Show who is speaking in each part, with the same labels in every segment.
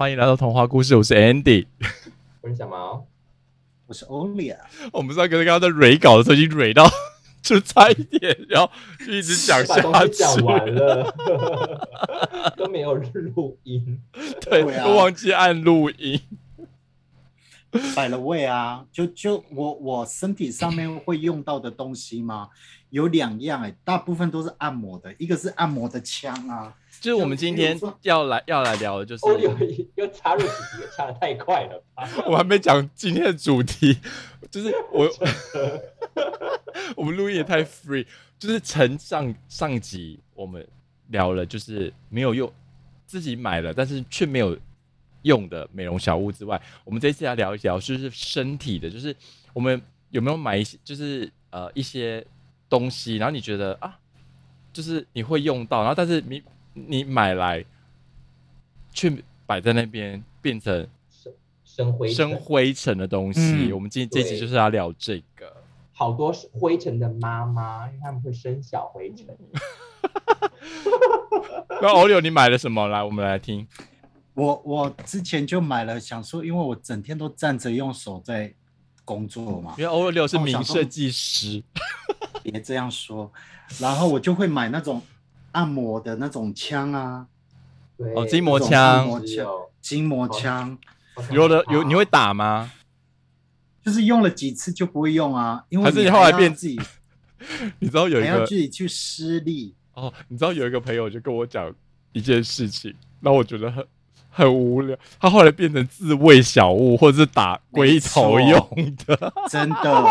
Speaker 1: 毛故事，我是 Andy。
Speaker 2: 我是小毛，
Speaker 3: 我是欧利啊，
Speaker 1: 我们上个刚刚在蕊稿的时候已经蕊到 就差一点，然后就一直讲
Speaker 2: 把
Speaker 1: 下
Speaker 2: 东西
Speaker 1: 去，
Speaker 2: 讲完了，都没有录音。
Speaker 1: 对，
Speaker 3: 对啊
Speaker 1: 都忘记按录音。
Speaker 3: 摆了位啊，就就我我身体上面会用到的东西嘛，有两样哎、大部分都是按摩的，一个是按摩的枪啊，
Speaker 1: 就是我们今天要来要来聊的就是，
Speaker 2: 欧哦有又插入主题，插的太快了吧？
Speaker 1: 我还没讲今天的主题，就是我
Speaker 2: 呃
Speaker 1: 我们录音也太 free，就是成上上集我们聊了，就是没有用自己买了，但是却没有用的美容小物之外，我们这次来聊一聊，就是身体的，就是我们有没有买一些，就是呃一些东西，然后你觉得啊，就是你会用到，然后但是你你买来却摆在那边变成
Speaker 2: 生灰
Speaker 1: 生
Speaker 2: 尘，
Speaker 1: 灰尘的东西。
Speaker 3: 嗯
Speaker 1: 我们今天这集
Speaker 2: 对
Speaker 1: 就是要聊这个。
Speaker 2: 好多灰尘的妈妈，因为他们会生小灰尘。
Speaker 1: 那欧柳，你买了什么？来，我们来听。
Speaker 3: 我我之前就买了，想说因为我整天都站着用手在工作嘛
Speaker 1: 因，为欧柳是
Speaker 3: 哦
Speaker 1: 名
Speaker 3: 想说
Speaker 1: 设计师，
Speaker 3: 别这样说，然后我就会买那种按摩的那种枪啊，
Speaker 2: 对，
Speaker 1: 哦筋膜
Speaker 2: 这种
Speaker 1: 枪
Speaker 2: 东西哦
Speaker 3: 筋膜枪，
Speaker 2: 我想
Speaker 1: 有的
Speaker 2: 不到
Speaker 1: 有你会打吗？
Speaker 3: 就是用了几次就不会用啊，因为
Speaker 1: 还是你
Speaker 3: 还
Speaker 1: 后来
Speaker 3: 要
Speaker 1: 变
Speaker 3: 自己
Speaker 1: 你知道有一
Speaker 3: 还要
Speaker 1: 个
Speaker 3: 自己去施力，
Speaker 1: 哦，你知道有一个朋友就跟我讲一件事情，让我觉得很很无聊。他后来变成自卫小物，或者是打龟头
Speaker 3: 没错
Speaker 1: 用的。
Speaker 3: 真的。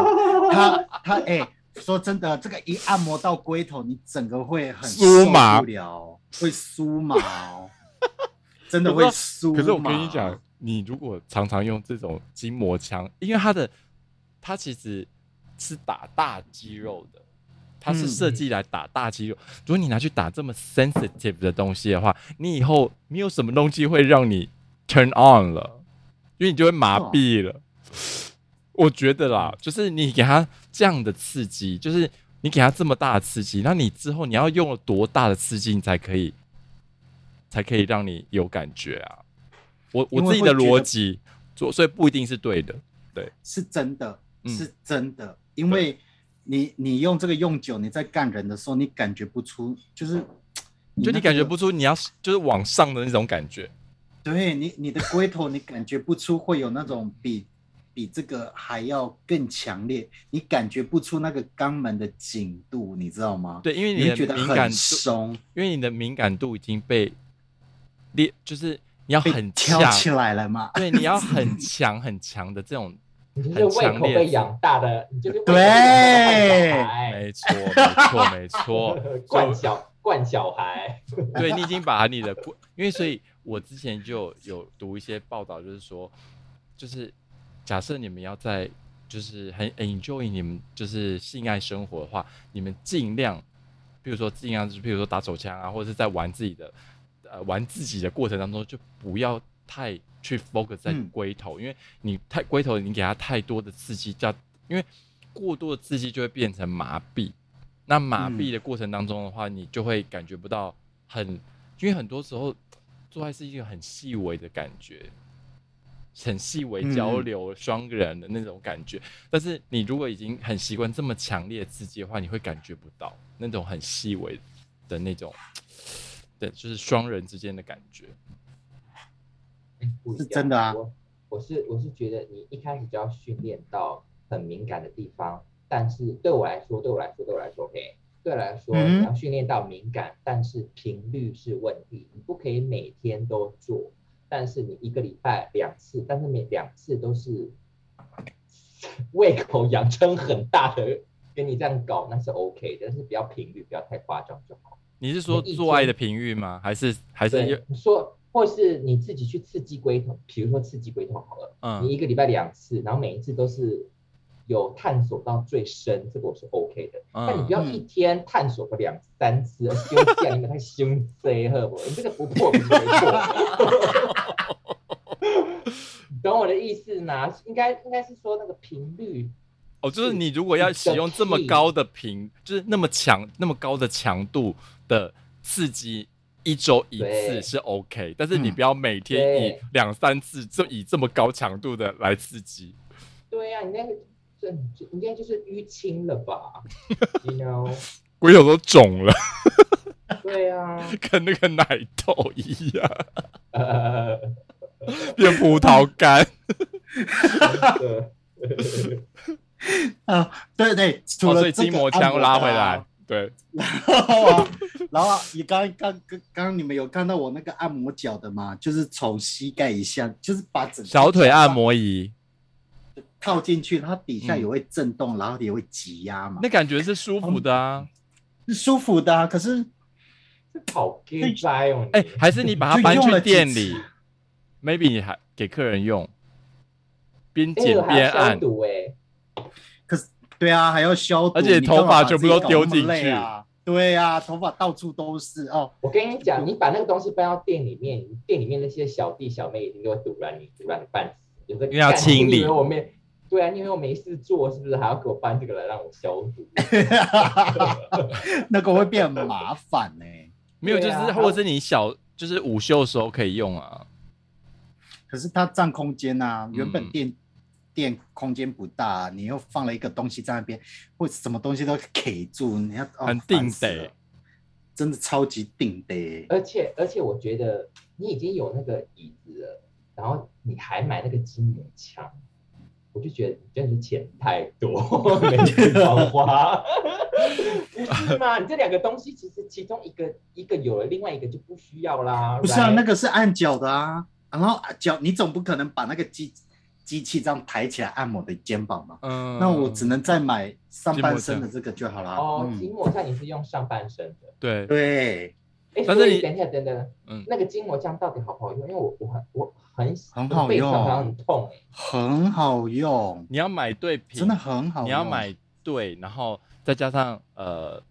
Speaker 3: 他他哎、说真的，这个一按摩到龟头，你整个会很
Speaker 1: 酥麻
Speaker 3: 受不了，会酥麻哦，真的会酥麻。
Speaker 1: 可是我跟你讲，，你如果常常用这种筋膜枪，因为它的它其实是打大肌肉的，它是
Speaker 3: 嗯
Speaker 1: 设计来打大肌肉。如果你拿去打这么 sensitive 的东西的话，你以后没有什么东西会让你 turn on 了，因为你就会麻
Speaker 3: 哦
Speaker 1: 痹了。我觉得啦，就是你给他这样的刺激，就是你给他这么大的刺激，那你之后你要用了多大的刺激，你才可以，才可以让你有感觉啊？我我
Speaker 3: 因为
Speaker 1: 自己的
Speaker 3: 会觉
Speaker 1: 逻
Speaker 3: 得
Speaker 1: 辑，所所以不一定是对的。
Speaker 3: 是真的，
Speaker 1: 嗯
Speaker 3: 是真的，因为你你用这个用久，你在干人的时候，你感觉不出，就是
Speaker 1: 就
Speaker 3: 那
Speaker 1: 你感觉
Speaker 3: 个
Speaker 1: 不出你要就是往上的那种感觉，
Speaker 3: 对你你的龟头，你感觉不出会有那种比比这个还要更强烈，你感觉不出那个肛门的紧度，你知道吗？
Speaker 1: 对，因为
Speaker 3: 你
Speaker 1: 你
Speaker 3: 会觉
Speaker 1: 的
Speaker 3: 得
Speaker 1: 敏感
Speaker 3: 很
Speaker 1: 度，
Speaker 3: 松，
Speaker 1: 因为你的敏感度已经被列，就是你要
Speaker 3: 被
Speaker 1: 很强
Speaker 3: 挑，起来了嘛？
Speaker 1: 对，你要很强很强的这种，
Speaker 2: 你就是胃
Speaker 1: 很强
Speaker 2: 口
Speaker 1: 烈
Speaker 2: 被养大的，你就是胃口
Speaker 3: 对
Speaker 2: 被养大的
Speaker 1: 没错，没错，没错所以
Speaker 2: 小， 孩，惯小惯小孩，
Speaker 1: 对你已经把你的过，因为所以，我之前就有读一些报道，就是说，就是假设你们要在就是很 enjoy 你们就是性爱生活的话，你们尽量，比如说尽量就是，比如说打手枪啊，或者是在玩自己的呃玩自己的过程当中，就不要太去 focus 在
Speaker 3: 嗯
Speaker 1: 龟头，因为你太龟头，你给它太多的刺激，叫因为过多的刺激就会变成麻痹。那麻
Speaker 3: 嗯
Speaker 1: 痹的过程当中的话，你就会感觉不到很，因为很多时候做爱是一个很细微的感觉，很细微交
Speaker 3: 嗯
Speaker 1: 流双个人的那种感觉。但是你如果已经很习惯这么强烈的刺激的话，你会感觉不到那种很细微的那种，对，就是双人之间的感觉。
Speaker 2: 不一
Speaker 3: 是
Speaker 2: 样
Speaker 3: 真的啊
Speaker 2: 我我是我是觉得你一开始就要训练到很敏感的地方，但是对我来说，对我来说，对我来说，OK，对我来说，
Speaker 3: 嗯
Speaker 2: 你要训练到敏感，但是频率是问题，你不可以每天都做，但是你一个礼拜两次，但是每两次都是胃口养成很大的，跟你这样搞那是 OK，但是不要频率，不要太夸张就好。
Speaker 1: 你是说
Speaker 2: 那一
Speaker 1: 做爱
Speaker 2: 天
Speaker 1: 的频率吗？还是还是有
Speaker 2: 对，你说或是你自己去刺激龟头，比如说刺激龟头好了。你
Speaker 1: 嗯
Speaker 2: 一个礼拜两次，然后每一次都是有探索到最深，这个我是 OK 的。但你不
Speaker 1: 嗯
Speaker 2: 要一天探索个两三次，休假你们太凶贼了，我你 这个不破不破。你 懂我的意思吗？应该应该是说那个频率，
Speaker 1: 哦，就是你如果要使用这么高的频，就是那么强那么高的强度的刺激，一周一次
Speaker 2: 对
Speaker 1: 是 OK，但是你
Speaker 3: 嗯
Speaker 1: 不要每天以
Speaker 2: 对
Speaker 1: 两三次就以这么高强度的来刺激。
Speaker 2: 对啊呀、你那个这这应该就是淤青了吧 ？You know？
Speaker 1: 龟头都肿了，
Speaker 2: 对啊，
Speaker 1: 跟那个奶头一 样，
Speaker 2: 呃，
Speaker 1: 变葡萄干。
Speaker 2: 对
Speaker 3: 啊，对对， 除
Speaker 1: 哦，所
Speaker 3: 了
Speaker 1: 以
Speaker 3: 这
Speaker 1: 筋
Speaker 3: 个
Speaker 1: 膜
Speaker 3: 按
Speaker 1: 枪
Speaker 3: 摩
Speaker 1: 拉
Speaker 3: 的
Speaker 1: 回
Speaker 3: 啊
Speaker 1: 来，，对，
Speaker 3: 然后你刚刚刚刚你们有看到我那个按摩脚的吗？就是从膝盖以下，就是把整个
Speaker 1: 小腿
Speaker 3: 脚
Speaker 1: 按摩仪，
Speaker 3: 套进去，它底下
Speaker 1: 嗯
Speaker 3: 也会震动，然后也会挤压嘛
Speaker 1: 那，感觉是舒服的
Speaker 3: 嗯
Speaker 1: 啊。
Speaker 3: 是舒服的啊。可是
Speaker 2: 这好 gay 掰哦！
Speaker 1: 哎、
Speaker 2: 你
Speaker 1: 还是你把它
Speaker 3: 就
Speaker 1: 搬
Speaker 3: 用
Speaker 1: 去
Speaker 3: 了几
Speaker 1: 店
Speaker 3: 次
Speaker 1: 里，maybe 你还给客人用，边
Speaker 2: 哎
Speaker 1: 剪
Speaker 2: 我还
Speaker 1: 边
Speaker 2: 要消
Speaker 1: 按。
Speaker 2: 毒哎，
Speaker 3: 对啊，还要消毒，
Speaker 1: 而且
Speaker 3: 你干嘛
Speaker 1: 头发
Speaker 3: 把
Speaker 1: 全部
Speaker 3: 自己
Speaker 1: 都
Speaker 3: 搞
Speaker 1: 丢
Speaker 3: 那么
Speaker 1: 进
Speaker 3: 累
Speaker 1: 去
Speaker 3: 啊。对啊，头发到处都是哦。
Speaker 2: 我跟你讲，你把那个东西搬到店里面，店里面那些小弟小妹一定都会堵拦你，堵拦你半死。有的
Speaker 1: 因为要
Speaker 2: 干
Speaker 1: 清理
Speaker 2: 你以为我没对啊，你以为我没事做是不是？还要给我搬这个来让我消毒？
Speaker 3: 那个会变很麻烦欸呢、
Speaker 1: 没有，就
Speaker 2: 对
Speaker 1: 是、
Speaker 2: 啊
Speaker 1: 或者是你小，就是午休的时候可以用啊。
Speaker 3: 可是它占空间啊，原本
Speaker 1: 嗯
Speaker 3: 店、店空间不大、啊你又放了一个东西在那边，或什么东西都给住，你要、哦、
Speaker 1: 很定
Speaker 3: 烦死
Speaker 1: 得
Speaker 3: 了真的超级定得、
Speaker 2: 而且而且，我觉得你已经有那个椅子了，然后你还买那个筋膜枪，我就觉得你真的是钱太多， 没地方花，不是吗？你这两个东西其实其中一个一个有了，另外一个就不需要啦。
Speaker 3: 不是啊，
Speaker 2: right？
Speaker 3: 那个是按脚的啊，然后啊脚你总不可能把那个机机器这样抬起来按摩的肩膀吧？
Speaker 1: 嗯，
Speaker 3: 那我只能再买上半身
Speaker 1: 筋膜
Speaker 3: 的这个就好啦。
Speaker 2: 哦，
Speaker 3: 嗯
Speaker 2: 筋膜枪你是用上半身的。
Speaker 1: 对，
Speaker 3: 对，
Speaker 2: 哎，
Speaker 1: 但
Speaker 2: 所
Speaker 1: 是
Speaker 2: 以
Speaker 1: 你
Speaker 2: 等一下，等等，
Speaker 1: 嗯
Speaker 2: 那个筋膜枪到底好不好用？因为我我很我很
Speaker 3: 很好
Speaker 2: 我背上
Speaker 3: 用
Speaker 2: 好像很痛哎。
Speaker 3: 很好用，
Speaker 1: 你要买对品，
Speaker 3: 真的很好用。啊
Speaker 1: 你要买对，然后再加上呃，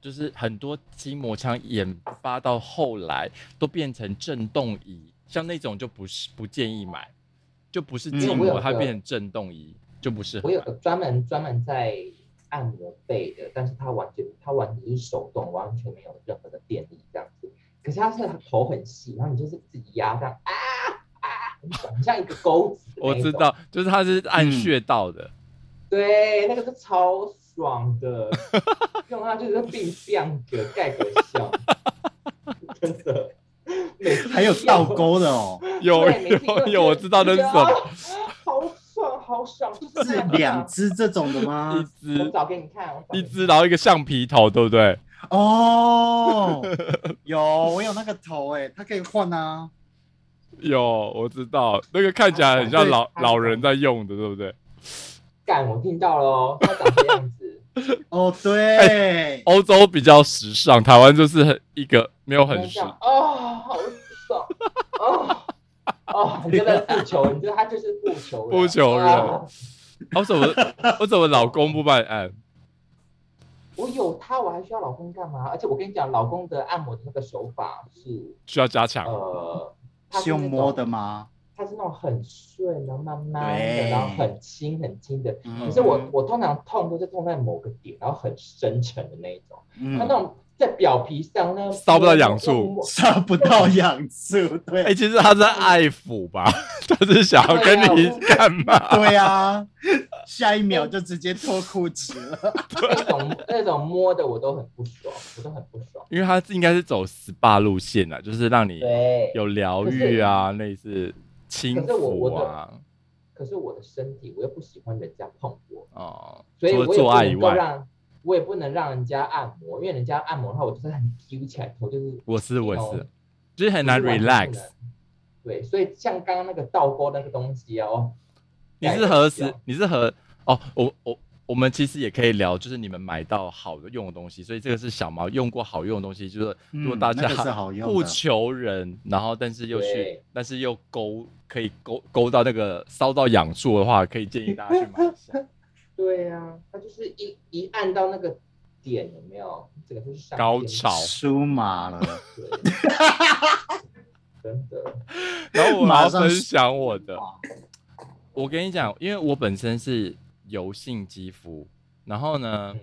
Speaker 1: 就是很多筋膜枪研发到后来都变成震动仪，像那种就不是不建议买，就不是
Speaker 3: 嗯
Speaker 1: 筋
Speaker 3: 我
Speaker 1: 膜，
Speaker 2: 有
Speaker 1: 它
Speaker 2: 个
Speaker 1: 变成震动仪就不适合
Speaker 2: 我有
Speaker 1: 买。
Speaker 2: 个专门专门在按摩背的，但是它完全它完全是手动，完全没有任何的电力这样子。可是它是头很细，然后你就是自己压这样啊啊，你想你像一个钩子。
Speaker 1: 我知。道，就是它是按
Speaker 3: 嗯
Speaker 1: 穴道的，
Speaker 2: 对，那个是超爽的，用它就是病变个盖个笑，真的。每次
Speaker 3: 还有
Speaker 2: 用
Speaker 3: 倒钩的哦。
Speaker 1: 有
Speaker 2: 嗯对每次用
Speaker 1: 有有，我知道那是什么，
Speaker 2: 啊好爽，好爽，就是是
Speaker 3: 两。只这种 的
Speaker 1: 一
Speaker 3: 吗？
Speaker 2: 我
Speaker 1: 只
Speaker 2: 找给你看，我找给
Speaker 1: 一
Speaker 2: 你
Speaker 1: 只，然后一个橡皮头，对不对？
Speaker 3: 哦，有，我有那个头哎、它可以换啊。
Speaker 1: 有，我知道那个看起来很像
Speaker 3: 对
Speaker 1: 老
Speaker 2: 它
Speaker 1: 老人在用的，对不对？
Speaker 2: 干，我听到了哦，它长这样子，
Speaker 3: 哦，对，
Speaker 1: 欧洲比较时尚，台湾就是很一个没有
Speaker 2: 真
Speaker 1: 很
Speaker 2: 的
Speaker 1: 时
Speaker 2: 这。样哦，好爽，哦哦，你真的不求，你知道他就是不求人，
Speaker 1: 不求人
Speaker 2: 哦
Speaker 1: 我怎么我怎么老公不帮你按？
Speaker 2: 我有他，我还需要老公干嘛？而且我跟你讲，老公的按摩的那个手法是
Speaker 1: 需要加强。
Speaker 2: 呃，他
Speaker 3: 是用摸的？吗？
Speaker 2: 它是那种很顺，然后慢慢的，
Speaker 3: 对
Speaker 2: 然后很轻很轻的。
Speaker 3: 嗯
Speaker 2: 可是我我通常痛都是痛在某个点，然后很深沉的那一种。
Speaker 3: 嗯
Speaker 2: 它那种在表皮上呢，
Speaker 1: 搔不到痒处
Speaker 2: 用摸
Speaker 3: 杀不到痒处，
Speaker 1: 哎、
Speaker 3: 对，
Speaker 1: 其实他是爱抚吧，他是想要跟你干嘛？
Speaker 3: 对啊，下一秒就直接脱裤子了。
Speaker 2: 那种那种摸的我都很不爽，我都很不爽。
Speaker 1: 因为他是应该是走 SPA 路线啊，就是让你
Speaker 2: 对，
Speaker 1: 有疗愈啊，类似轻
Speaker 2: 可是我
Speaker 1: 抚
Speaker 2: 我
Speaker 1: 啊，
Speaker 2: 可是我的身体我又不喜欢人家碰我，
Speaker 1: 哦，
Speaker 2: 所以
Speaker 1: 除
Speaker 2: 我
Speaker 1: 了
Speaker 2: 也不
Speaker 1: 做爱以
Speaker 2: 能够
Speaker 1: 外，
Speaker 2: 让，我也不能让人家按摩，因为人家按摩的话，我就是很揪起来头，就是
Speaker 1: 我是我是
Speaker 2: 哦，
Speaker 1: 就是很难
Speaker 2: 就是完全
Speaker 1: relax
Speaker 2: 不能。对，所以像刚刚那个倒钩那个东西啊哦，
Speaker 1: 你是何时？你是何？哦，我我我们其实也可以聊，就是你们买到好的用的东西，所以这个是小毛用过好用的东西，就是如果
Speaker 3: 嗯
Speaker 1: 大家
Speaker 3: 那 个是好用的
Speaker 1: 不求人，然后但是又去
Speaker 2: 对，
Speaker 1: 但是又勾可以勾勾到那个烧到痒处的话，可以建议大家去买一 下
Speaker 2: 对啊，它就是一一按到那个点有没有？这个就是上
Speaker 1: 高
Speaker 2: 天
Speaker 1: 潮。
Speaker 3: 舒麻了，
Speaker 2: 对，真的，
Speaker 1: 然后我
Speaker 3: 马
Speaker 1: 要
Speaker 3: 上啊
Speaker 1: 分享我的，我跟你讲，因为我本身是油性肌肤，然后呢，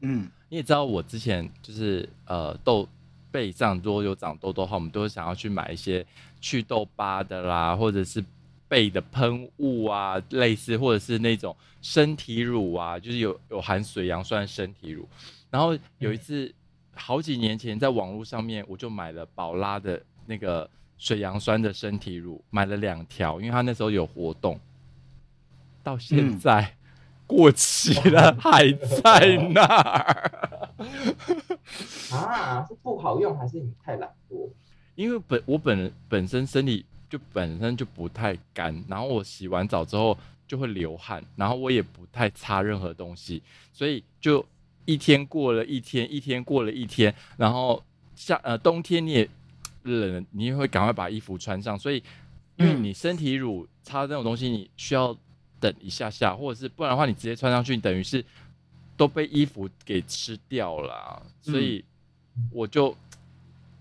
Speaker 2: 嗯，
Speaker 3: 嗯，
Speaker 1: 你也知道我之前就是呃痘背上如果有长痘痘的话，我们都会想要去买一些祛痘疤的啦，或者是背的喷雾啊，类似或者是那种身体乳啊，就是有有含水杨酸的身体乳。然后有一次，好几年前在网络上面我就买了宝拉的那个水杨酸的身体乳，买了两条，因为它那时候有活动，到现
Speaker 3: 嗯
Speaker 1: 在、过期了还在那儿。
Speaker 2: 啊，是不好用还是你太懒惰？
Speaker 1: 因为本我本本身身体就本身就不太干，然后我洗完澡之后就会流汗，然后我也不太擦任何东西，所以就一天过了一天，一天过了一天，然后夏呃冬天你也冷，你也会赶快把衣服穿上，所以因为
Speaker 3: 嗯
Speaker 1: 呃你身体乳擦这种东西，你需要等一下下，或者是不然的话，你直接穿上去，等于是都被衣服给吃掉了啊、所以我就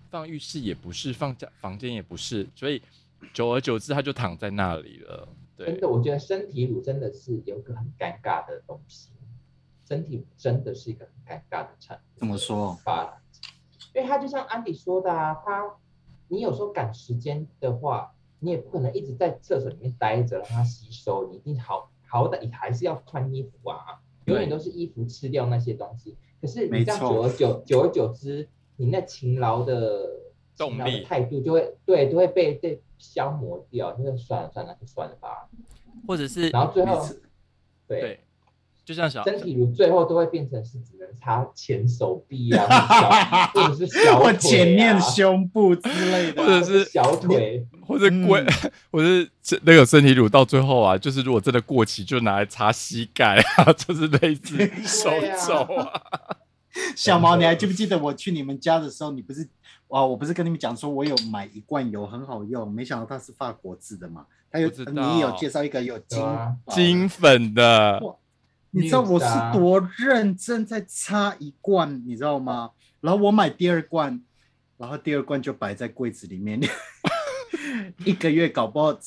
Speaker 1: 放浴室也不是，放家房间也不是，所以久而久之，它就躺在那里了。
Speaker 2: 真
Speaker 1: 对，
Speaker 2: 的，我觉得身体乳真的是有一个很尴尬的东西，身体乳真的是一个很尴尬的产品。
Speaker 3: 怎么说？
Speaker 2: 吧？因为它就像安迪说的啊，它你有时候赶时间的话，你也不可能一直在厕所里面待着让它吸收，你一定好好歹你还是要穿衣服啊，
Speaker 1: 对
Speaker 2: 永远都是衣服吃掉那些东西。可是你
Speaker 3: 没
Speaker 2: 这样
Speaker 3: 错
Speaker 2: 久而久久而久之，你那勤劳的
Speaker 1: 动
Speaker 2: 勤劳的
Speaker 1: 力
Speaker 2: 态度就会对都会被被消磨掉，就是算了算了就算了吧。
Speaker 1: 或者是
Speaker 2: 然后最后
Speaker 3: 每次
Speaker 2: 对。
Speaker 1: 对，就像小
Speaker 2: 身体乳最后都会变成是只能擦前手臂啊，或者是小
Speaker 3: 或
Speaker 2: 腿、啊、
Speaker 3: 前面胸部之类
Speaker 1: 或
Speaker 3: 的，
Speaker 1: 者是
Speaker 2: 小腿，
Speaker 1: 或者跪，或者是这那个身体乳到最后啊，就是如果真的过期，就拿来擦膝盖啊， 就是类似手
Speaker 2: 对啊
Speaker 1: 肘啊。
Speaker 3: 小毛，你还记不记得我去你们家的时候，你不是哇，我不是跟你们讲说我有买一罐油，很好用，没想到它是法国制的嘛。它有
Speaker 1: 不知道
Speaker 3: 你也有介绍一个有金
Speaker 2: 对啊
Speaker 1: 金粉的，
Speaker 3: 你知道我是多认真在擦一罐，你知道
Speaker 1: 啊
Speaker 3: 吗？然后我买第二罐，然后第二罐就摆在柜子 里面，一个月搞不好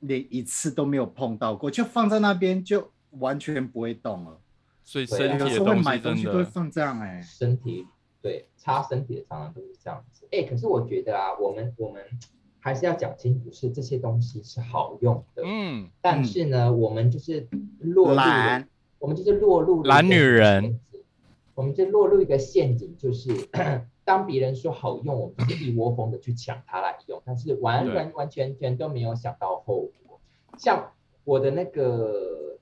Speaker 3: 连一次都没有碰到过，就放在那边就完全不会动了。
Speaker 1: 所以
Speaker 2: 对
Speaker 1: 身
Speaker 2: 啊
Speaker 1: 体
Speaker 3: 有
Speaker 1: 的
Speaker 3: 时候会
Speaker 1: 东
Speaker 3: 买
Speaker 1: 西
Speaker 3: 东
Speaker 1: 真
Speaker 3: 西都会
Speaker 1: 的，
Speaker 3: 放这样哎、
Speaker 2: 身体对擦身体的常常都是这样子。哎、可是我觉得啊，我们我们还是要讲清楚，是这些东西是好用的，
Speaker 1: 嗯，
Speaker 2: 但是呢，我们就是落入了
Speaker 3: 懒，
Speaker 2: 我们就是落入了一个
Speaker 1: 懒女人
Speaker 2: 陷阱，我们就落入一个陷阱，就是 当别人说好用，我们就是一窝蜂的去抢它来用，但是完
Speaker 1: 对
Speaker 2: 完完全全都没有想到后果。像我的那个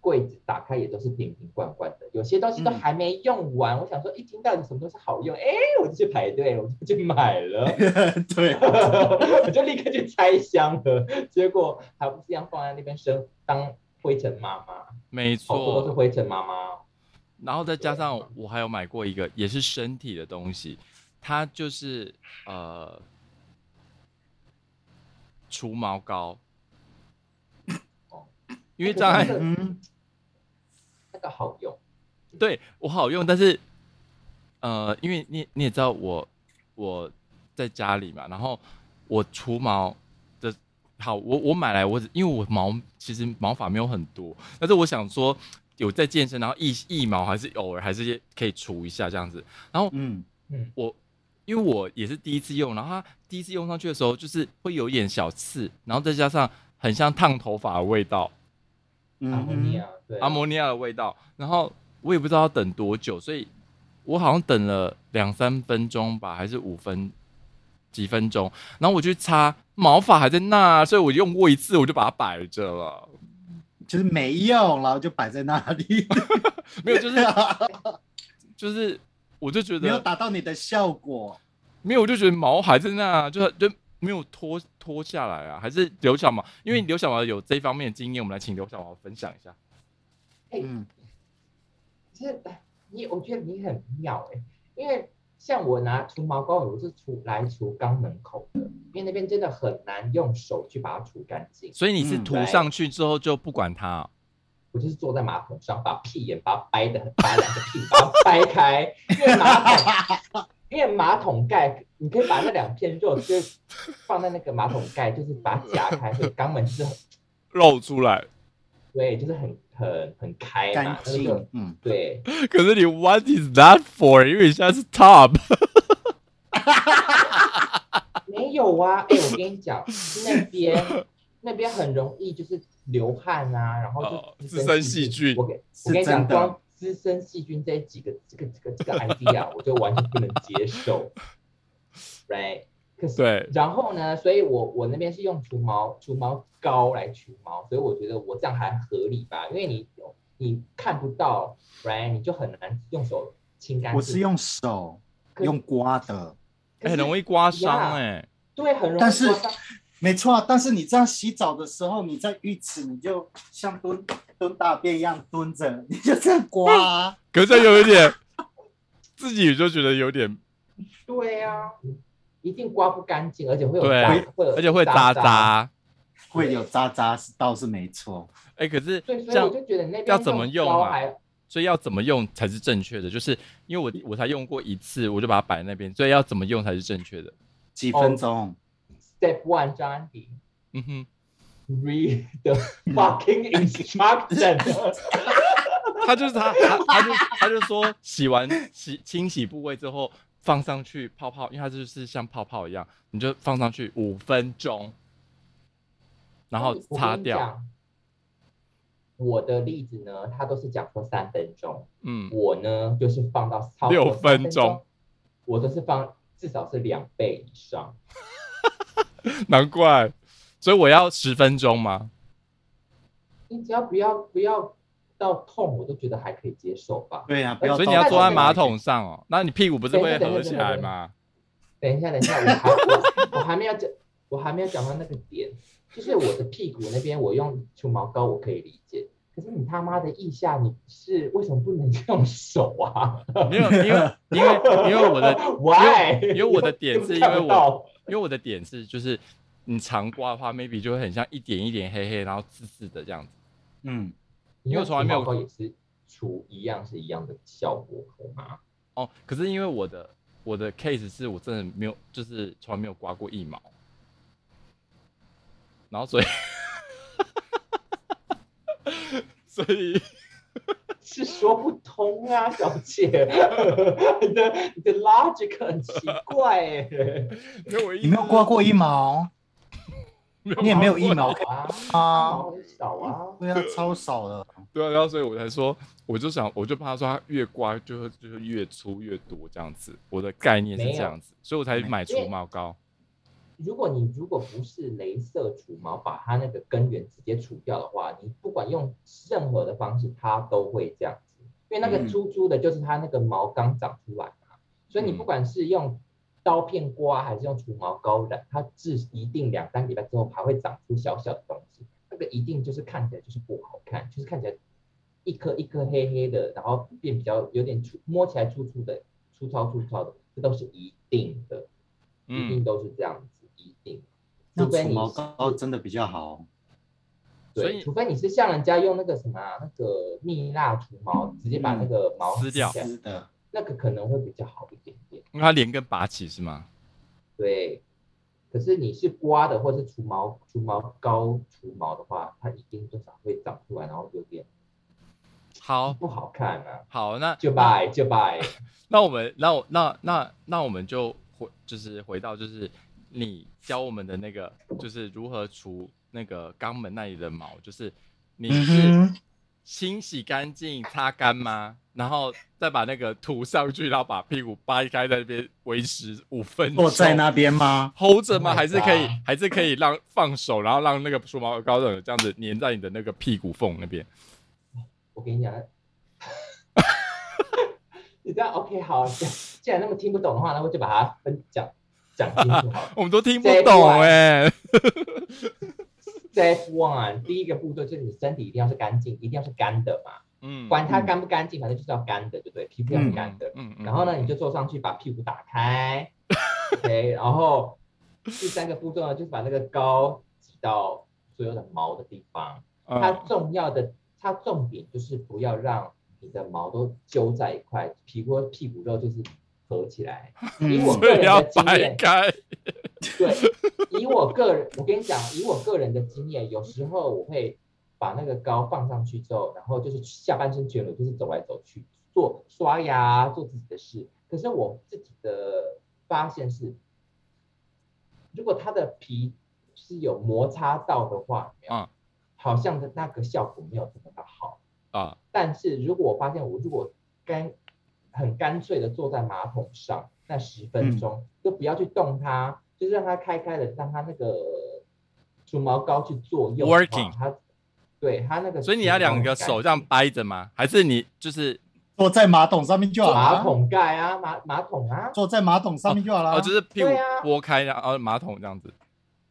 Speaker 2: 柜子打开也都是瓶瓶罐罐的，有些东西都
Speaker 3: 嗯
Speaker 2: 还没用完，我想说，一听到有什么东西好用，哎，我就去排队，我就去买 了。
Speaker 3: 对，
Speaker 2: 我就立刻去拆箱了，结果还不是一样放在那边生当灰尘妈妈，
Speaker 1: 没
Speaker 2: 好多都是
Speaker 1: 错。
Speaker 2: 灰尘妈妈。
Speaker 1: 然后再加上我还有买过一个也是身体的东西，它就是呃除毛膏，因为障碍
Speaker 2: 那个
Speaker 3: 嗯，
Speaker 2: 那个好用，
Speaker 1: 对我好用，但是呃，因为你你也知道我我在家里嘛，然后我除毛的好，我我买来我只因为我毛其实毛发没有很多，但是我想说有在健身，然后腋腋毛还是偶尔还是可以除一下这样子，然后
Speaker 3: 嗯，
Speaker 2: 嗯，
Speaker 1: 我因为我也是第一次用，然后它第一次用上去的时候，就是会有一点小刺，然后再加上很像烫头发的味道，
Speaker 3: 嗯
Speaker 2: 阿莫
Speaker 1: 啊
Speaker 2: 尼亚，对，
Speaker 1: 阿，摩尼亚的味道，然后我也不知道要等多久，所以我好像等了两三分钟吧，还是五分几分钟，然后我去擦毛发还在那，所以我用过一次，我就把它摆着了，
Speaker 3: 嗯就是没用，然后就摆在那 里，
Speaker 1: 没有，就是就是，我就觉
Speaker 3: 没有
Speaker 1: 得
Speaker 3: 达到你的效果。
Speaker 1: 没有，我就觉得毛还在那，就是就没有脱脱下来啊，还是刘小毛，因为刘小毛有这方面的经验，我们来请刘小毛分享一下。
Speaker 3: 嗯，
Speaker 2: 其实哎你我觉得你很妙哎、因为像我拿除毛膏，我是除来除肛门口的，因为那边真的很难用手去把它除干净，
Speaker 1: 所以你是
Speaker 3: 嗯
Speaker 1: 涂
Speaker 2: 对
Speaker 1: 上去之后就不管它哦、
Speaker 2: 我就是坐在马桶上，把屁眼把它掰的，把两个屁把它掰开，因为马桶。因为马桶盖，你可以把那两片肉就是放在那个马桶盖，就是把它夹开，所以肛门就是很
Speaker 1: 露出来，
Speaker 2: 对，就是很很很开
Speaker 3: 干
Speaker 2: 嘛，那个
Speaker 3: 净，嗯，
Speaker 2: 对，
Speaker 1: 可是你 what is that for？因为你现在是 top，
Speaker 2: 没有啊，哎、我跟你讲，那边 那边很容易就是流汗啊，然后
Speaker 1: 哦
Speaker 2: 就
Speaker 1: 滋生细菌
Speaker 2: 我跟
Speaker 3: 是
Speaker 2: 我跟你
Speaker 3: 真
Speaker 2: 讲，
Speaker 3: 的
Speaker 2: 光滋生细菌这几个这个这个这个 idea，我就完全不能接受。Right？可是
Speaker 1: 对，
Speaker 2: 然后呢，所以我我那边是用除毛除毛膏来除毛，所以我觉得我这样还合理吧，因为你你看不到，right，你就很难用手清干净。
Speaker 3: 我是用手
Speaker 2: 可
Speaker 3: 用刮的，
Speaker 1: 哎很容易刮伤哎、
Speaker 2: 对，很容易
Speaker 3: 但是
Speaker 2: 刮伤
Speaker 3: 没错啊。但是你这样洗澡的时候，你在浴池你就像蹲蹲大便一样蹲着， 你就这样刮啊。
Speaker 1: 可是这有一点，自己就觉得有点，
Speaker 2: 对啊，一定刮不干净，而且会有
Speaker 1: 对
Speaker 2: 渣，有
Speaker 1: 而且会
Speaker 2: 渣
Speaker 1: 渣。渣。
Speaker 3: 会有渣渣是倒是没错，
Speaker 1: 哎、可是
Speaker 2: 对，所
Speaker 1: 这
Speaker 2: 以
Speaker 1: 样
Speaker 2: 我就觉得那边
Speaker 1: 要怎么用
Speaker 2: 用膏
Speaker 1: 啊
Speaker 2: 还？
Speaker 1: 所以要怎么用才是正确的？就是因为我我才用过一次，我就把它摆在那边，所以要怎么用才是正确的？
Speaker 3: 几
Speaker 2: 哦
Speaker 3: 分钟。
Speaker 2: step one，张安迪
Speaker 1: 嗯哼，
Speaker 2: read the fucking instruction。
Speaker 1: 他就是他他他就他就说洗完洗清洗部位之后放上去泡泡，因为它就是像泡泡一样，你就放上去五分钟， 然后
Speaker 2: 我
Speaker 1: 擦
Speaker 2: 跟你
Speaker 1: 掉。
Speaker 2: 讲。我的例子呢，他都是讲说三分钟，
Speaker 1: 嗯，
Speaker 2: 我呢就是放到超过
Speaker 1: 六
Speaker 2: 三
Speaker 1: 分
Speaker 2: 分
Speaker 1: 钟，
Speaker 2: 我都是放至少是两倍以上。
Speaker 1: 难怪。所以我要十分钟吗？
Speaker 2: 你只要不要不要到痛，我都觉得还可以接受吧。
Speaker 3: 对啊，不要
Speaker 1: 哎所
Speaker 3: 倒。
Speaker 1: 以你要
Speaker 2: 那
Speaker 1: 坐
Speaker 2: 就
Speaker 1: 在
Speaker 2: 是
Speaker 1: 马桶上哦，那你屁股不是
Speaker 2: 对
Speaker 1: 会
Speaker 2: 对对
Speaker 1: 合
Speaker 2: 对
Speaker 1: 起
Speaker 2: 对
Speaker 1: 来
Speaker 2: 对
Speaker 1: 吗？
Speaker 2: 等一下，等一下，我还我 我还没有讲，我还没有讲到那个点，就是我的屁股那边，我用除毛膏我可以理解，可是你他妈的腋下，你是为什么不能用手啊
Speaker 1: 没有，因为因为因为我的
Speaker 2: ？Why？
Speaker 1: 因为我的点是因 为我
Speaker 2: 看不到
Speaker 1: 因为我的点是，就是你常刮的话，maybe 就会很像一点一点黑黑，然后刺刺的这样子。
Speaker 3: 嗯，
Speaker 2: 你
Speaker 1: 因为
Speaker 2: 用
Speaker 1: 我从来没有
Speaker 2: 除毛膏也是除一样是一样的效果，好吗？
Speaker 1: 哦，可是因为我的我的 case 是我真的没有，就是从来没有刮过一毛，然后所以 所以
Speaker 2: 是说不通啊，小姐， 你的你的 logic 很奇怪哎、
Speaker 1: 所以我
Speaker 3: 你没有刮过一 毛 你也没有一毛
Speaker 2: 好啊，
Speaker 3: 啊？
Speaker 2: 毛很少啊。
Speaker 3: 对啊，超少 的。
Speaker 1: 对啊，然后所以我才说，我就想，我就怕说它越刮就会就是越粗越多这样子，我的概念是
Speaker 2: 没
Speaker 1: 这
Speaker 2: 有
Speaker 1: 样子，所以我才买
Speaker 2: 因为
Speaker 1: 除毛膏。
Speaker 2: 如果你如果不是镭射除毛，把它那个根源直接除掉的话，你不管用任何的方式，它都会这样子。因为那个
Speaker 3: 嗯
Speaker 2: 粗粗的，就是它那个毛刚长出来嘛，所以你
Speaker 1: 嗯
Speaker 2: 不管是用刀片刮还是用除毛膏染，它至一定两三个礼拜之后还会长出小小的东西，那个一定就是看起来就是不好看，就是看起来一颗一颗黑黑的，然后变比较有点粗，摸起来粗粗的、粗糙粗糙的，这都是一定的。一定
Speaker 1: 嗯，
Speaker 2: 都是这样子，一定。
Speaker 3: 那
Speaker 2: 除非
Speaker 3: 除
Speaker 2: 你
Speaker 3: 毛
Speaker 2: 是
Speaker 3: 膏真的比较好。
Speaker 1: 所
Speaker 2: 对，
Speaker 1: 以
Speaker 2: 除非你是像人家用那个什么啊、那个蜜蜡除毛，直接把那个毛
Speaker 1: 嗯撕掉
Speaker 2: 起来
Speaker 3: 是的，
Speaker 2: 那个可能会比较好一点点。
Speaker 1: 因为它连根拔起是吗？
Speaker 2: 对，可是你是刮的或是除毛除毛膏除毛的话，它一定多少会长出来，然后有点
Speaker 1: 好
Speaker 2: 不好看啊。
Speaker 1: 好，那
Speaker 2: 就拜就拜，
Speaker 1: 那我们，那我那那那我们就回，就是回到就是你教我们的那个，就是如何除那个肛门那里的毛，就是你是
Speaker 3: 嗯
Speaker 1: 清洗干净、擦干吗？然后再把那个涂上去，然后把屁股掰开，在那边维持五分钟，
Speaker 3: 坐在那边吗？
Speaker 1: hold 着吗？
Speaker 2: Oh my
Speaker 1: 还是可以
Speaker 2: God，
Speaker 1: 还是可以让放手，然后让那个除毛膏这样子粘在你的那个屁股缝那边？
Speaker 2: 我跟你讲， 你这样 OK 好，既然那么听不懂的话，那我就把它分讲讲清楚好了。
Speaker 1: 我们都听不
Speaker 2: 这一
Speaker 1: 懂
Speaker 2: 段
Speaker 1: 哎、
Speaker 2: Step one，第一啊个步骤就是你身体一定要是干净，一定要是干的嘛，
Speaker 1: 嗯，
Speaker 2: 管它干不干净，反正就是要干的，对不对？皮肤要是干的。
Speaker 1: 嗯，嗯
Speaker 2: 然后呢，你就坐上去，把屁股打 开，OK。然后第三个步骤呢，就是把那个膏挤到所有的毛的地方。它
Speaker 1: 嗯
Speaker 2: 重要的，它重点就是不要让你的毛都揪在一块，皮肤屁股肉就是合起来。以 我
Speaker 3: 嗯
Speaker 1: 所以要
Speaker 2: 个人的经
Speaker 1: 掰
Speaker 2: 验
Speaker 1: 开。
Speaker 2: 对，以我个人，我跟你讲，以我个人的经验，有时候我会把那个膏放上去之后，然后就是下半身全裸，就是走来走去，做刷牙，做自己的事。可是我自己的发现是，如果它的皮是有摩擦到的话，有没有
Speaker 1: 嗯
Speaker 2: 好像的那个效果没有这么的好。
Speaker 1: 啊，
Speaker 2: 但是如果我发现我如果干很干脆的坐在马桶上那十分钟，
Speaker 1: 嗯
Speaker 2: 就不要去动它，就是让它开开的，让它那个除毛膏去作用的话
Speaker 1: Working
Speaker 2: 它对它那个，
Speaker 1: 所以你要两个手这样掰着吗？还是你就是
Speaker 3: 坐在马桶上面就好了
Speaker 2: 马
Speaker 3: 啊。
Speaker 2: 桶盖啊，马马桶啊，
Speaker 3: 坐在马桶上面就好了啊。
Speaker 1: 哦，就是屁股
Speaker 2: 对啊
Speaker 1: 拨开，然后马桶这样子？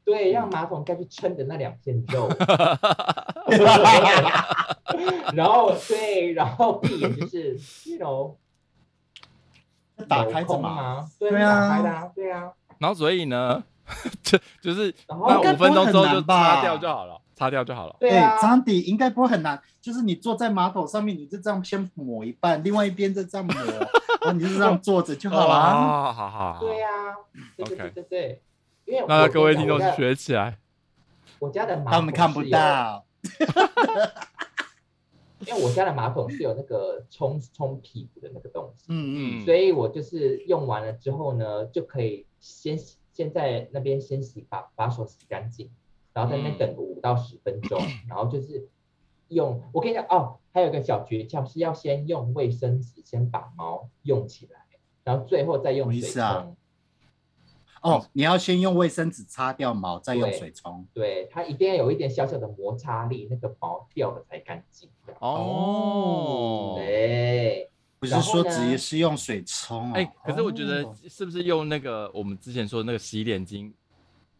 Speaker 2: 对，
Speaker 1: 嗯
Speaker 2: 让马桶盖去撑着那两片肉， 然后对，然后闭眼就是那种
Speaker 3: 打开着嘛。
Speaker 2: 嘛，对，
Speaker 3: 对啊
Speaker 2: 打开的啊，对啊，
Speaker 1: 然后所以呢， 就就是那
Speaker 2: 然后
Speaker 3: 应该
Speaker 1: 五分钟之后
Speaker 3: 不
Speaker 1: 就
Speaker 3: 会很难吧
Speaker 1: 擦掉就好了，擦掉就好了。
Speaker 2: 对啊，
Speaker 3: 哎张迪应该不会很难，就是你坐在马桶上面，你就这样先抹一半，另外一边再这样抹， 然后你就这样坐着就好了啊。
Speaker 1: 哦，好好好。
Speaker 2: 对呀、对对
Speaker 1: OK
Speaker 2: 对对对，因为
Speaker 1: 那
Speaker 2: 我
Speaker 1: 各位
Speaker 2: 跟
Speaker 1: 听
Speaker 2: 你
Speaker 1: 众
Speaker 2: 讲我家
Speaker 1: 学起来，
Speaker 2: 我家的马桶
Speaker 3: 他们看不
Speaker 2: 哦是有，
Speaker 3: 到，
Speaker 2: 因为我家的马桶是有那个冲冲屁股的那个东西，
Speaker 3: 嗯嗯，
Speaker 2: 所以我就是用完了之后呢，就可以先洗先在那边先洗把把手洗干净，然后在那边
Speaker 1: 嗯
Speaker 2: 等个五到十分钟，然后就是用我跟你讲哦，还有一个小诀窍是要先用卫生纸先把毛用起来，然后最后再用
Speaker 3: 什么意
Speaker 2: 水
Speaker 3: 思
Speaker 2: 冲。
Speaker 3: 啊哦，你要先用卫生纸擦掉毛，再用水冲。
Speaker 2: 对，它一定要有一点小小的摩擦力，那个毛掉了才干净。
Speaker 1: 哦。
Speaker 2: 啊对，啊
Speaker 3: 不是
Speaker 2: 然
Speaker 3: 说
Speaker 2: 后呢
Speaker 3: 直接是用水冲哦
Speaker 1: 哎、可是我觉得
Speaker 3: 哦
Speaker 1: 是不是用那个我们之前说的那个洗脸巾，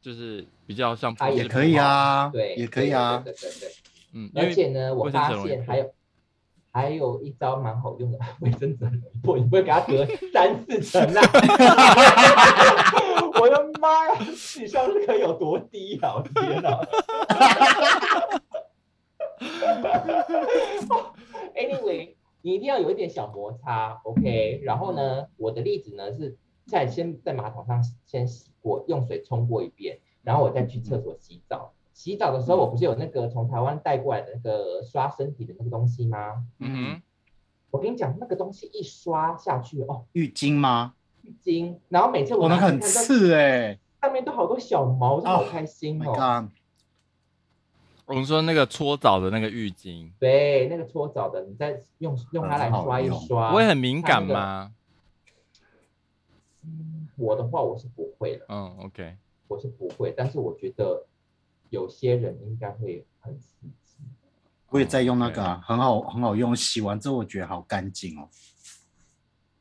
Speaker 1: 就是比较像
Speaker 2: 啊
Speaker 3: 也可以啊，
Speaker 2: 对，
Speaker 3: 也可以啊。
Speaker 2: 对对对对
Speaker 1: 嗯，因
Speaker 2: 对。而且
Speaker 1: 为
Speaker 2: 呢，我
Speaker 1: 卫生纸
Speaker 2: 发
Speaker 1: 容易
Speaker 2: 现
Speaker 1: 破
Speaker 2: 还有还有一招蛮好用的， 卫生纸很容易破，你不会给它折三四层啊！ 我的妈呀，智商是可以有多低啊！我的天哪！Anyway，你一定要有一点小摩擦，OK。然后呢，我的例子呢是在先在马桶上先洗过，用水冲过一遍，然后我再去厕所洗澡。洗澡的时候，我不是有那个从台湾带过来的那个刷身体的那个东西吗？
Speaker 1: 嗯
Speaker 2: 我跟你讲，那个东西一刷下去，哦，
Speaker 3: 浴巾吗？
Speaker 2: 一惊。然后每次
Speaker 3: 我
Speaker 2: 我
Speaker 3: 那
Speaker 2: 拿
Speaker 3: 个
Speaker 2: 去
Speaker 3: 很
Speaker 2: 看
Speaker 3: 刺哎
Speaker 2: 上面都好多小毛，我真的好
Speaker 3: 哦
Speaker 2: 开心哦。
Speaker 3: ，My God，
Speaker 1: 哼，我们说那个搓澡的那个浴巾，
Speaker 2: 对，那个搓澡的，你再用用它来
Speaker 3: 很好
Speaker 2: 刷一
Speaker 3: 用
Speaker 2: 刷。
Speaker 1: 不会很敏感
Speaker 2: 它那个
Speaker 1: 吗？
Speaker 2: 我的话我是不会了，
Speaker 1: 嗯，OK，
Speaker 2: 我是不会，但是我觉得有些人应该会很刺激。
Speaker 3: 我也在用那个啊，很好很好用，洗完之后我觉得好干净哦。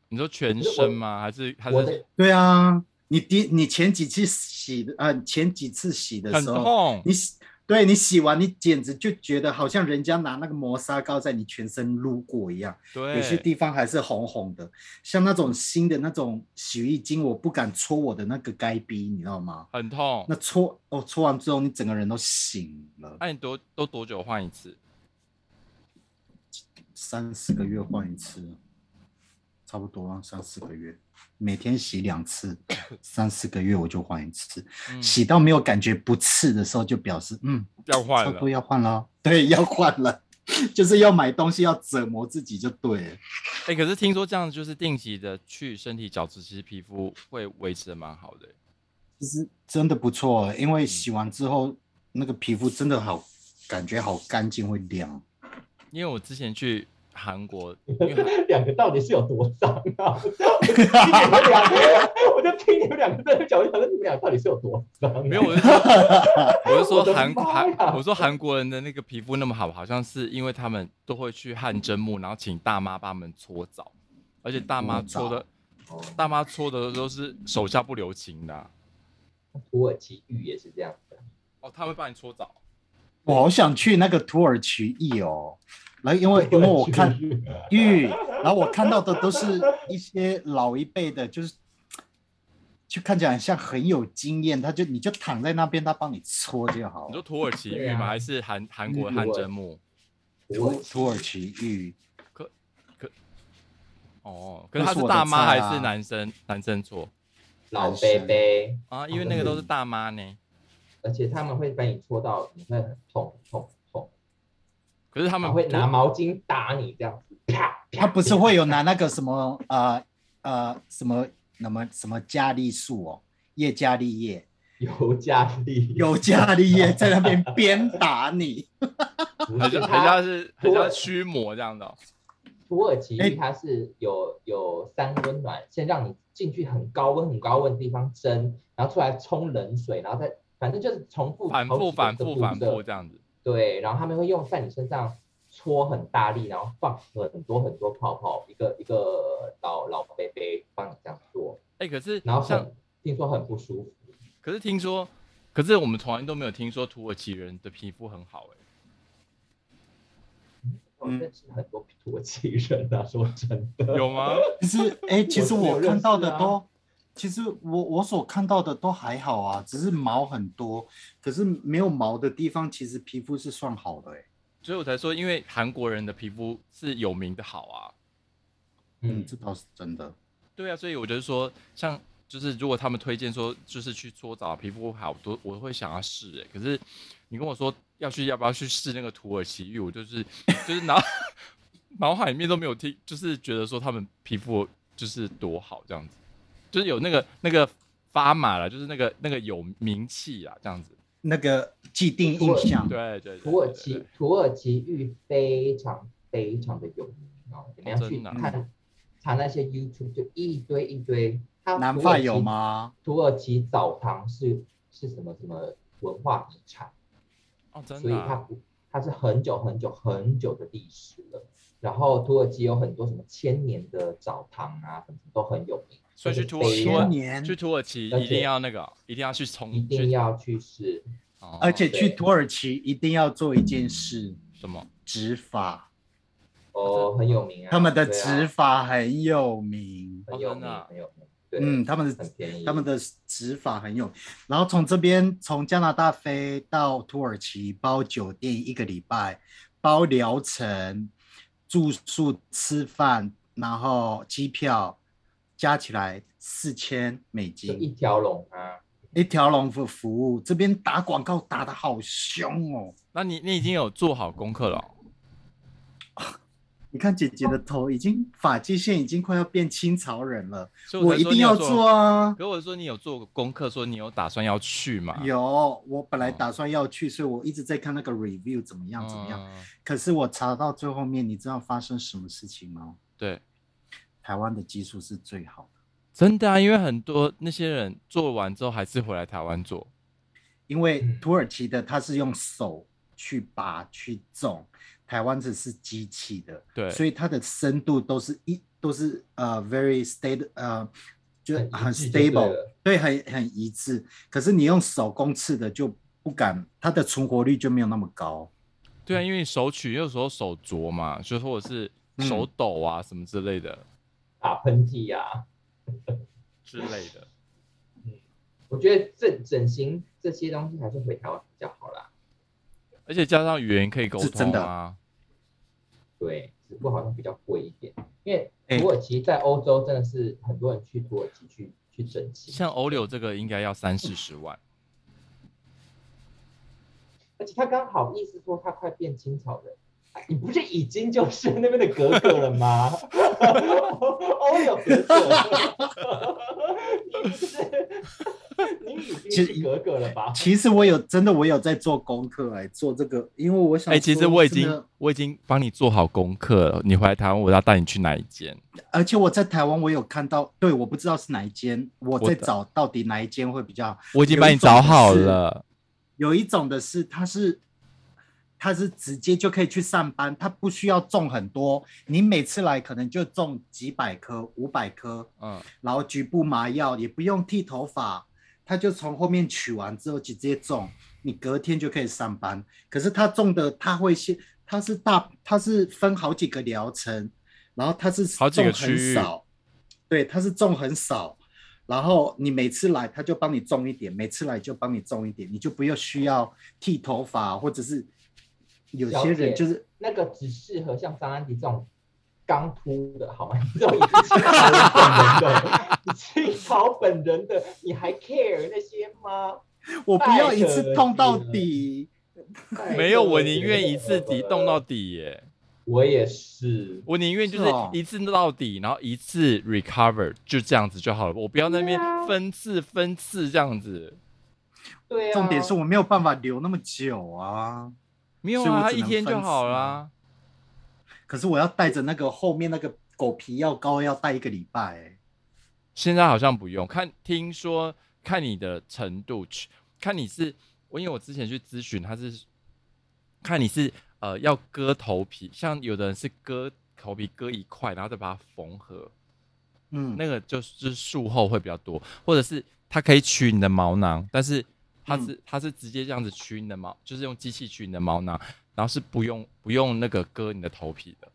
Speaker 1: 你说全身吗？还是还
Speaker 2: 我
Speaker 1: 是
Speaker 2: 的
Speaker 3: 对啊，你第你前几次洗的，呃，前几次洗的
Speaker 1: 很
Speaker 3: 时候，
Speaker 1: 痛？
Speaker 3: 你洗，对你洗完，你简直就觉得好像人家拿那个磨砂膏在你全身撸过一样，
Speaker 1: 对，
Speaker 3: 有些地方还是红红的。像那种新的那种洗浴巾，我不敢搓我的那个该逼，你知道吗？
Speaker 1: 很痛
Speaker 3: 那。搓哦，搓完之后你整个人都醒了，
Speaker 1: 那、你多都多久换一次？
Speaker 3: 三四个月换一次，差不多啊三四个月，每天洗两次，三四个月我就换一次。
Speaker 1: 嗯，
Speaker 3: 洗到没有感觉不刺的时候，就表示嗯，
Speaker 1: 要换
Speaker 3: 差
Speaker 1: 了
Speaker 3: 不多。要换了，哦 对，要换了， 就是要买东西要折磨自己就对了。
Speaker 1: 哎、可是听说这样就是定期的去身体角质，其实皮肤会维持的蛮好的、
Speaker 3: 其实真的不错，欸因
Speaker 1: 嗯
Speaker 3: 为洗完之后那个皮肤真的好，感觉好干净，会亮。
Speaker 1: 因为我之前去韩 国，因为韩
Speaker 2: 两个到底是有多脏啊？我就听你们两个，我就听你们两个在那讲，我就想说你们俩到底是有多脏啊、
Speaker 1: 没有， 我是说，我是
Speaker 2: 我
Speaker 1: 说
Speaker 2: 的
Speaker 1: 韩
Speaker 2: 妈呀
Speaker 3: 啊
Speaker 1: 韩，我说韩国人的那个皮肤那么好，好像是因为他们都会去汗蒸木，然后请大妈帮他们搓澡，而且大妈搓的，大妈搓的都是手下不留情的啊、
Speaker 2: 土耳其浴也是这样的。
Speaker 1: 哦，他会帮你搓澡，
Speaker 3: 我好想去那个土耳其浴哦，然后 因为因为我看浴，然后我看到的都是一些老一辈的，就是就看起来很像很有经验，他就你就躺在那边，他帮你搓就好
Speaker 1: 你说。
Speaker 3: 了
Speaker 1: 土耳其浴
Speaker 2: 对
Speaker 1: 吗？
Speaker 2: 啊
Speaker 1: 还是韩韩国汗蒸木？
Speaker 2: 土耳
Speaker 3: 土
Speaker 2: 其
Speaker 3: 土耳其浴，
Speaker 1: 哦，可是
Speaker 3: 那
Speaker 1: 他
Speaker 3: 是
Speaker 1: 是
Speaker 3: 我的
Speaker 1: 大妈还
Speaker 3: 菜啊
Speaker 1: 是男生？男生搓
Speaker 2: 老贝贝，
Speaker 1: 啊，因为那个都是大妈呢。
Speaker 2: 而且他们会把你戳到，你会很痛痛痛，
Speaker 1: 可是他
Speaker 2: 他
Speaker 1: 们
Speaker 2: 们会
Speaker 1: 不
Speaker 2: 拿毛巾打你这样子，啪啪。
Speaker 3: 他不是会有拿那个什么呃呃什么那么什么加利素哦，叶加利 叶，
Speaker 2: 尤加利，
Speaker 3: 尤加利叶在那边鞭打你。
Speaker 2: 不
Speaker 1: 很
Speaker 2: 是
Speaker 1: 像很
Speaker 2: 他
Speaker 1: 像是很像驱魔这样的哦、
Speaker 2: 土耳其
Speaker 3: 哎
Speaker 2: 浴它是有有三温暖，先让你进去很高温很高温的地方蒸，然后出来冲冷水，然后再反正就是重复
Speaker 1: 反
Speaker 2: 好几
Speaker 1: 复
Speaker 2: 个
Speaker 1: 反
Speaker 2: 这个
Speaker 1: 复
Speaker 2: 步
Speaker 1: 反
Speaker 2: 骤
Speaker 1: 复这样子。
Speaker 2: 对，然后他们会用在你身上搓很大力，然后放很多很多泡泡，一个一个老老贝贝帮你这样做，
Speaker 1: 哎、可是
Speaker 2: 然后
Speaker 1: 像
Speaker 2: 很听说很不舒服，
Speaker 1: 可是听说，可是我们从来都没有听说土耳其人的皮肤很好哎、
Speaker 2: 我
Speaker 3: 嗯
Speaker 2: 认识很多土耳其人啊，说真的，
Speaker 1: 有 吗？
Speaker 3: 其实，哎、其实
Speaker 2: 我是有
Speaker 3: 我看到的
Speaker 2: 认识啊
Speaker 3: 都，其实我我所看到的都还好啊，只是毛很多，可是没有毛的地方，其实皮肤是算好的、哎，
Speaker 1: 所以我才说，因为韩国人的皮肤是有名的好啊。
Speaker 3: 嗯，
Speaker 2: 嗯，
Speaker 3: 这倒是真的。
Speaker 1: 对啊，所以我就是说，像就是如果他们推荐说就是去搓澡啊皮肤好，我我会想要试哎、可是你跟我说要去要不要去试那个土耳其浴，我就是就是脑脑海里面都没有听，就是觉得说他们皮肤就是多好这样子，就是有那个那个发麻了，就是那个那个有名气啊这样子。
Speaker 3: 那个既定印象，
Speaker 1: 对对对，
Speaker 2: 土耳
Speaker 1: 对对
Speaker 2: 其土耳其浴非常非常的有名哦，你们要去
Speaker 1: 真的啊
Speaker 2: 看查那些 YouTube 就一堆一堆，它
Speaker 3: 南
Speaker 2: 土
Speaker 3: 发
Speaker 2: 耳
Speaker 3: 有
Speaker 2: 其
Speaker 3: 吗？
Speaker 2: 土耳其澡堂是是什么什么文化遗产，
Speaker 1: 哦，真
Speaker 2: 所以
Speaker 1: 的
Speaker 2: 它
Speaker 1: 啊、
Speaker 2: 不它是很久很久很久的历史了。然后土耳其有很多什么千年的澡堂啊，什么都很有名，
Speaker 1: 所以去
Speaker 2: 是
Speaker 1: 土耳
Speaker 2: 非
Speaker 1: 其
Speaker 2: 常
Speaker 3: 千年，
Speaker 1: 去土耳其
Speaker 2: 而
Speaker 1: 一定
Speaker 2: 且
Speaker 1: 要那个哦，一定要去冲，
Speaker 2: 一定
Speaker 1: 去，
Speaker 2: 要去试。
Speaker 1: 哦
Speaker 3: 而且去
Speaker 2: 对
Speaker 3: 土耳其一定要做一件事，
Speaker 1: 什么？
Speaker 3: 植发，
Speaker 2: 哦，很有名啊，
Speaker 3: 他们的
Speaker 2: 对啊
Speaker 3: 植发很有名，
Speaker 2: 很
Speaker 1: 哦
Speaker 2: 有
Speaker 1: 真的
Speaker 2: 名
Speaker 1: 啊，
Speaker 2: 很有名，对，
Speaker 3: 嗯，他们的
Speaker 2: 很便宜，
Speaker 3: 他们的执法很有。然后从这边从加拿大飞到土耳其，包酒店一个礼拜，包疗程、住宿、吃饭，然后机票，加起来四千美
Speaker 2: 就一
Speaker 3: 金，
Speaker 2: 条龙啊。
Speaker 3: 一条龙服服务。这边打广告打的好凶哦！
Speaker 1: 那你你已经有做好功课了哦、
Speaker 3: 你看姐姐的头已经发际线已经快要变清朝人了，
Speaker 1: 所以
Speaker 3: 我
Speaker 1: 才
Speaker 3: 一
Speaker 1: 说你
Speaker 3: 定要
Speaker 1: 有
Speaker 3: 做。啊！
Speaker 1: 可我说你有做功课，说你有打算要去嘛？
Speaker 3: 有，我本来
Speaker 1: 哦
Speaker 3: 打算要去，所以我一直在看那个 review 怎么样怎么样。
Speaker 1: 嗯
Speaker 3: 可是我查到最后面，你知道发生什么事情吗？
Speaker 1: 对，
Speaker 3: 台湾的技术是最好的，
Speaker 1: 真的啊，因为很多那些人做完之后还是回来台湾做。
Speaker 3: 因为
Speaker 2: 嗯
Speaker 3: 土耳其的它是用手去拔去种，台湾只是机器的，
Speaker 1: 对
Speaker 3: 所以它的深度都是一都是呃 very stable 呃就
Speaker 2: 很一
Speaker 3: 很
Speaker 2: 致就对
Speaker 3: stable，
Speaker 2: 了
Speaker 3: 对，很很一致。可是你用手工刺的就不敢，它的存活率就没有那么高。
Speaker 1: 对啊，因为你手取有时候手镯嘛，就或者是
Speaker 3: 嗯
Speaker 1: 手抖啊、什么之类的
Speaker 2: 打喷嚏呀、
Speaker 1: 之类的。
Speaker 2: 我觉得整整形这些东西还是回台湾比较好啦。
Speaker 1: 而且加上语言可以沟
Speaker 3: 是真
Speaker 1: 通
Speaker 3: 的
Speaker 1: 啊，
Speaker 2: 对，只不过好像比较贵一点，因为
Speaker 3: 哎
Speaker 2: 土耳其在欧洲真的是很多人去土耳其去去整形，啊
Speaker 1: 像欧柳这个应该要三四十万。
Speaker 2: 而且他刚好意思说他快变清朝人。你不是已经就是那边的格格了吗？ 欧有格格，你不是你已经是格格了吧？
Speaker 3: 其实我有真的我有在做功课来做这个，因为我想
Speaker 1: 哎、
Speaker 3: 嗯说真的，
Speaker 1: 其实我已经我已经帮你做好功课了，你回来台湾我要带你去哪一间？
Speaker 3: 而且我在台湾，我有看到，对，我不知道是哪一间，我
Speaker 1: 我
Speaker 3: 在
Speaker 1: 的
Speaker 3: 找到底哪一间会比较好。
Speaker 1: 我已经帮你找好了。
Speaker 3: 有一种的是，它是它是直接就可以去上班，它不需要种很多，你每次来可能就种几百颗、五百颗，
Speaker 1: 嗯，
Speaker 3: 然后局部麻药也不用剃头发，它就从后面取完之后直接种，你隔天就可以上班。可是它种的，它会先，它是大，它是分好几个疗程，然后它是
Speaker 1: 好几个
Speaker 3: 种
Speaker 1: 区域
Speaker 3: 很少，对，它是种很少，然后你每次来它就帮你种一点，每次来就帮你种一点，你就不用需要剃头发或者是有些
Speaker 2: 了解
Speaker 3: 人就是
Speaker 2: 那个只适合像张安迪这种刚秃的好吗？你这种已经清朝人本人的，你清朝本人的，你还 care 那些吗？
Speaker 3: 我不要一
Speaker 2: 太可
Speaker 3: 次痛到
Speaker 2: 惜了
Speaker 3: 底。
Speaker 1: 没有，我宁愿一次底动到底耶。
Speaker 2: 我也是，
Speaker 1: 我宁愿就是
Speaker 3: 是哦
Speaker 1: 一次到底，然后一次 recover，就这样子就好了。我不要那边
Speaker 2: 对啊
Speaker 1: 分次分次这样子，
Speaker 2: 对啊。
Speaker 3: 重点是我没有办法留那么久啊。
Speaker 1: 没有
Speaker 3: 所以
Speaker 1: 啊，
Speaker 3: 我
Speaker 1: 他
Speaker 3: 只
Speaker 1: 一
Speaker 3: 能
Speaker 1: 天就
Speaker 3: 分次
Speaker 1: 好啦
Speaker 3: 啊。可是我要带着那个后面那个狗皮药膏要带一个礼拜、欸，
Speaker 1: 现在好像不用，看听说看你的程度，去看你是我，因为我之前去咨询，他是看你是呃要割头皮，像有的人是割头皮割一块，然后再把它缝合，
Speaker 3: 嗯，
Speaker 1: 那个就是就是术后会比较多，或者是它可以取你的毛囊，但是它
Speaker 2: 嗯
Speaker 1: 是、它是直接这样子取你的毛，就是用机器取你的毛囊，然后是不用不用那个割你的头皮的，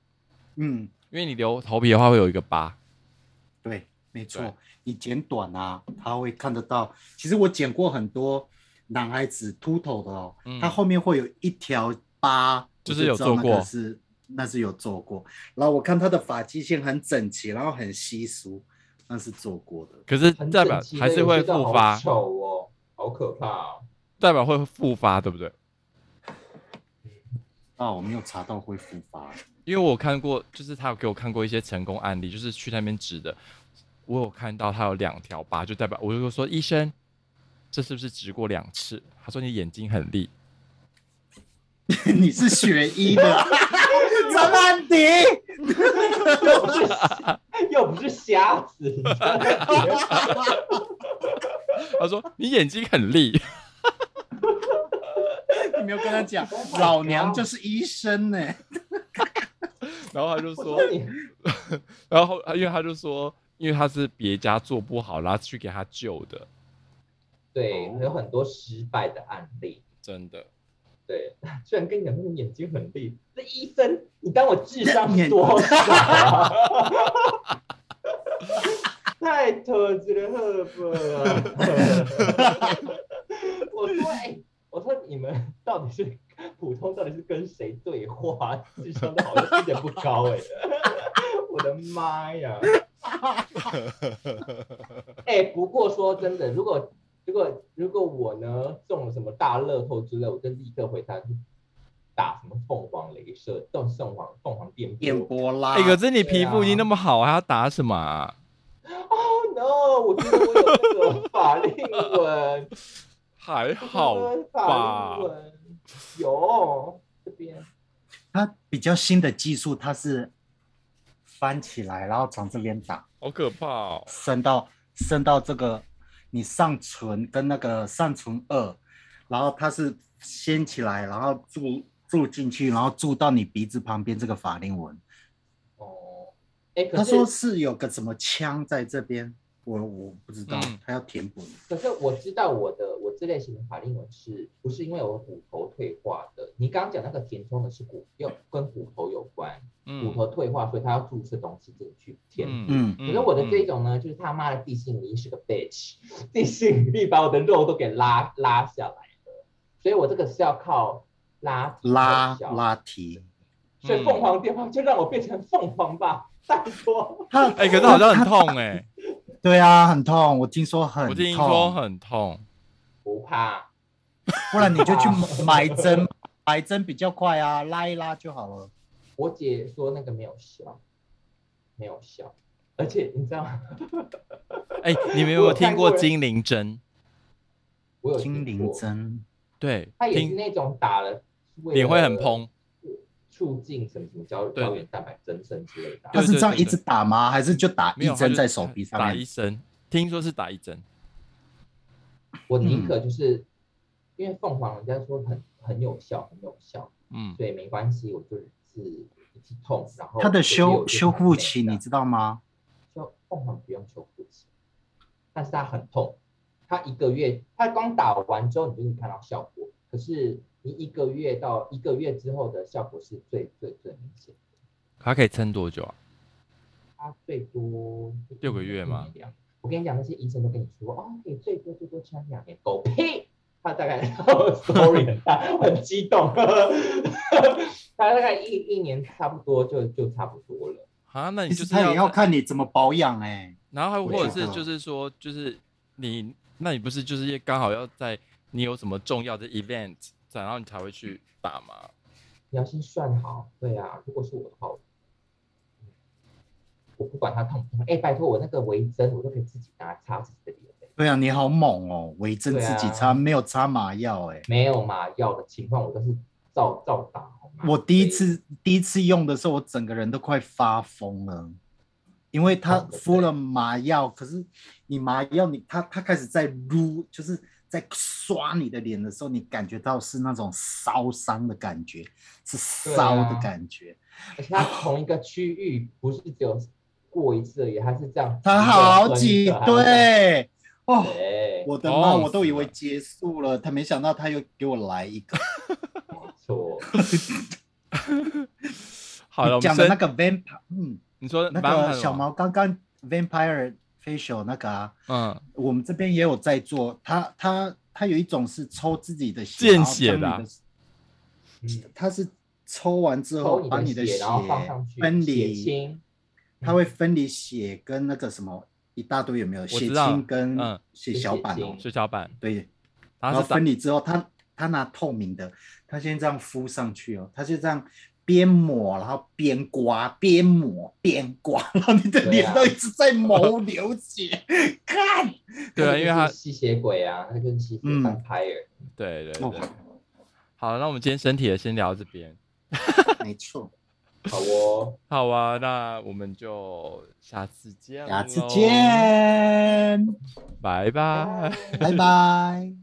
Speaker 3: 嗯，
Speaker 1: 因为你留头皮的话会有一个疤。
Speaker 3: 对，没错
Speaker 1: 对，
Speaker 3: 你剪短啊，他会看得到。其实我剪过很多男孩子秃头的哦，
Speaker 1: 嗯
Speaker 3: 他后面会有一条疤，
Speaker 1: 就是
Speaker 3: 我
Speaker 1: 有
Speaker 3: 知道那
Speaker 1: 做过
Speaker 3: 个是那是有做过。然后我看他的发际线很整齐，然后很稀疏，那是做过的。
Speaker 1: 可是
Speaker 2: 很
Speaker 1: 代表
Speaker 2: 整齐的
Speaker 1: 还是会
Speaker 2: 有些都
Speaker 1: 复
Speaker 2: 好
Speaker 1: 发，
Speaker 2: 丑哦，好可怕哦。
Speaker 1: 代表会复发，对不对？
Speaker 3: 啊，我没有查到会复发，
Speaker 1: 因为我看过，就是他有给我看过一些成功案例，就是去那边植的，我有看到他有两条疤，就代表我就说医生，这是不是植过两次？他说你眼睛很利，
Speaker 3: 你是学 医的，张曼迪，
Speaker 2: 又不是又不是瞎子， 你知道吗
Speaker 1: 他说你眼睛很利，
Speaker 3: 你没有跟他讲
Speaker 2: Oh my，God
Speaker 3: 老娘就是医生呢、
Speaker 1: 然后他就说
Speaker 2: 我，说你
Speaker 1: 然后因为他就说，因为他是别家做不好，然后去给他救的，
Speaker 2: 对
Speaker 3: 哦，
Speaker 2: 有很多失败的案例。
Speaker 1: 真的。
Speaker 2: 对，虽然跟你讲说你眼睛很利，那医生，你当我智商
Speaker 3: 眼
Speaker 2: 多少啊？ 太投资了，赫伯 啊！我说，哎、我说你们到底是普通，到底是跟谁对话？智商都好像有点不高 哎、我的妈 呀！哎、不过说真的，如果如果如果我呢中了什么大乐透之类，我就立刻回他打什么凤凰镭射、动凤凰凤凰电波。
Speaker 3: 电波啦，
Speaker 1: 哎、可是
Speaker 3: 啊
Speaker 1: 你皮肤已经那么好，还要打什么、啊？
Speaker 2: Oh no！我觉得我有那个法令纹，
Speaker 1: 还
Speaker 2: 我觉得
Speaker 1: 好
Speaker 2: 法
Speaker 1: 吧
Speaker 2: 令？纹有这边
Speaker 3: 它比较新的技术，它是翻起来，然后从这边打，
Speaker 1: 好可怕哦！
Speaker 3: 伸到伸到这个你上唇跟那个上唇二，然后它是掀起来，然后注注进去，然后注到你鼻子旁边这个法令纹。
Speaker 2: 哦。哎、可
Speaker 3: 他
Speaker 2: 是
Speaker 3: 说是有个什么腔在这边，我我不知道
Speaker 1: 嗯，
Speaker 3: 他要填补。
Speaker 2: 可是我知道我的我这类型的法令纹是不是因为我骨头退化的？你刚刚讲那个填充的是骨，要跟骨头有关。骨
Speaker 1: 嗯
Speaker 2: 头退化，所以他要注射东西进去填。
Speaker 3: 嗯
Speaker 2: 可是我的这种呢，就是他妈的地心引力是个 bitch，地 心引力把我的肉都给拉拉下来了，所以我这个是要靠拉提
Speaker 3: 拉
Speaker 2: 有效
Speaker 3: 拉嗯提，
Speaker 2: 所以凤凰电话就让我变成凤凰吧，拜托。
Speaker 3: 他
Speaker 1: 哎、可是好像很 痛哎、
Speaker 3: 对啊，很痛，我听说很
Speaker 1: 我
Speaker 3: 痛，
Speaker 1: 听说很痛，
Speaker 2: 不怕，
Speaker 3: 不然你就去 买针，买针比较快啊，拉一拉就好了。
Speaker 2: 我姐说那个没有效，没有效，而且你知道吗？
Speaker 1: 哎、你们有
Speaker 2: 我
Speaker 1: 没
Speaker 2: 有
Speaker 1: 有听
Speaker 2: 看过
Speaker 1: 过
Speaker 2: 人
Speaker 1: 精灵针？
Speaker 2: 我有
Speaker 3: 精
Speaker 2: 听
Speaker 3: 灵
Speaker 2: 过，
Speaker 3: 针，
Speaker 1: 对
Speaker 2: 它，也是
Speaker 1: 听
Speaker 2: 那种打了为
Speaker 1: 脸会
Speaker 2: 了
Speaker 1: 很嘭，
Speaker 2: 促进什么什么胶
Speaker 1: 对
Speaker 2: 胶原蛋白增生之类的啊。
Speaker 3: 他是这样
Speaker 1: 对对
Speaker 3: 一直打吗？还是就打
Speaker 1: 没
Speaker 3: 呃一
Speaker 1: 有它
Speaker 3: 针
Speaker 1: 就
Speaker 3: 在手臂上
Speaker 1: 打
Speaker 3: 面
Speaker 1: 一？针，听说是打一针，
Speaker 2: 啊我
Speaker 3: 嗯
Speaker 2: 宁可就是、因为凤凰人家说很很有效，很有效，
Speaker 1: 嗯，
Speaker 2: 所以没关系，我就是一直痛，然后
Speaker 3: 它
Speaker 2: 所
Speaker 3: 的
Speaker 2: 以
Speaker 3: 修
Speaker 2: 我就
Speaker 3: 修复
Speaker 2: 蛮
Speaker 3: 期
Speaker 2: 累的
Speaker 3: 你知道吗？
Speaker 2: 就凤凰不用修复期，但是它很痛，它一个月，它光打完之后你就能看到效果，可是你一个月到一个月之后的效果是最最最明显的，
Speaker 1: 它可以撑多久啊？
Speaker 2: 它最多
Speaker 1: 六个月吗
Speaker 2: 一年两我跟你讲，那些医生都跟你说，哦，可以最多最多撑两年，狗屁！他大概，sorry，他很激动，他大概一一年差不多就就差不多了。
Speaker 1: 啊，那你
Speaker 3: 其
Speaker 1: 就
Speaker 3: 实
Speaker 1: 是
Speaker 3: 它也要
Speaker 1: 要，
Speaker 3: 看你怎么保养哎。
Speaker 1: 然后还
Speaker 2: 我
Speaker 1: 或者
Speaker 3: 也
Speaker 1: 是
Speaker 3: 要
Speaker 1: 就是说，就是你，那你不是就是
Speaker 3: 嗯
Speaker 1: 刚好要在你有什么重要的 event，然后你才会去打吗？
Speaker 2: 你要先算好。对啊，如果是我的话，我我不管它痛不痛。哎、拜托我那个微针，我都可以自己拿来擦自己的脸、欸。
Speaker 3: 对啊，你好猛哦，维珍自己
Speaker 2: 对啊
Speaker 3: 擦、没有擦麻药哎、
Speaker 2: 没有麻药的情况，我都是照照打。好吗
Speaker 3: 我第一
Speaker 2: 对
Speaker 3: 次第一次用的时候，我整个人都快发疯了，因为它
Speaker 2: 哦对
Speaker 3: 敷了麻药，可是你麻药你它它开始在撸，就是在刷你的脸的时候，你感觉到是那种烧伤的感觉，是烧
Speaker 2: 对
Speaker 3: 的
Speaker 2: 啊
Speaker 3: 感觉。
Speaker 2: 而且它同一个区域不是只有过一次而已，它是这样。
Speaker 3: 它好几。对哦，
Speaker 2: 对，
Speaker 3: 我的妈，
Speaker 1: 哦
Speaker 3: 我都以为结束了，他没想到他又给我来一个。
Speaker 2: 没错。
Speaker 1: 好了，我
Speaker 3: 你
Speaker 1: 们
Speaker 3: 讲的那
Speaker 1: 生
Speaker 3: 个 vampire，嗯，
Speaker 1: 你说
Speaker 3: 那
Speaker 1: 慢慢
Speaker 3: 个
Speaker 1: 地
Speaker 3: 小
Speaker 1: 往，
Speaker 3: 毛刚刚 vampire facial 那个啊。
Speaker 1: 嗯，
Speaker 3: 我们这边也有在做，他他他有一种是抽自己的血，
Speaker 1: 见
Speaker 3: 然后
Speaker 1: 血
Speaker 3: 将
Speaker 1: 的啊
Speaker 3: 你
Speaker 2: 嗯
Speaker 3: 他是抽完之后
Speaker 2: 抽
Speaker 3: 把
Speaker 2: 你
Speaker 3: 的
Speaker 2: 血，然后放上去
Speaker 3: 分
Speaker 2: 血
Speaker 3: 离，
Speaker 2: 清，
Speaker 3: 他会分离血跟那个什么一大堆有没有血
Speaker 1: 知道
Speaker 3: 清跟
Speaker 1: 嗯
Speaker 3: 血小板
Speaker 2: 血
Speaker 3: 哦
Speaker 2: 清，
Speaker 1: 血小板，
Speaker 3: 对，
Speaker 1: 它
Speaker 3: 然后
Speaker 1: 是长
Speaker 3: 分离之后，他他拿透明的，他先这样敷上去哦，他就这样。边抹，然后边刮，边抹边刮， 然后你的
Speaker 2: 对
Speaker 3: 脸
Speaker 2: 啊
Speaker 3: 都一直在流流血，看，
Speaker 1: 对啊
Speaker 2: 那个
Speaker 1: 因为
Speaker 2: 就是
Speaker 1: 它
Speaker 2: 吸血鬼啊，那就是吸血
Speaker 3: 嗯
Speaker 2: vampire。
Speaker 1: 对对对
Speaker 3: 哦。
Speaker 1: 好，那我们今天身体的先聊到这边。
Speaker 3: 没错，
Speaker 2: 好哦，
Speaker 1: 好啊，那我们就下次见，
Speaker 3: 下次，见。
Speaker 1: 拜拜。
Speaker 3: 拜拜。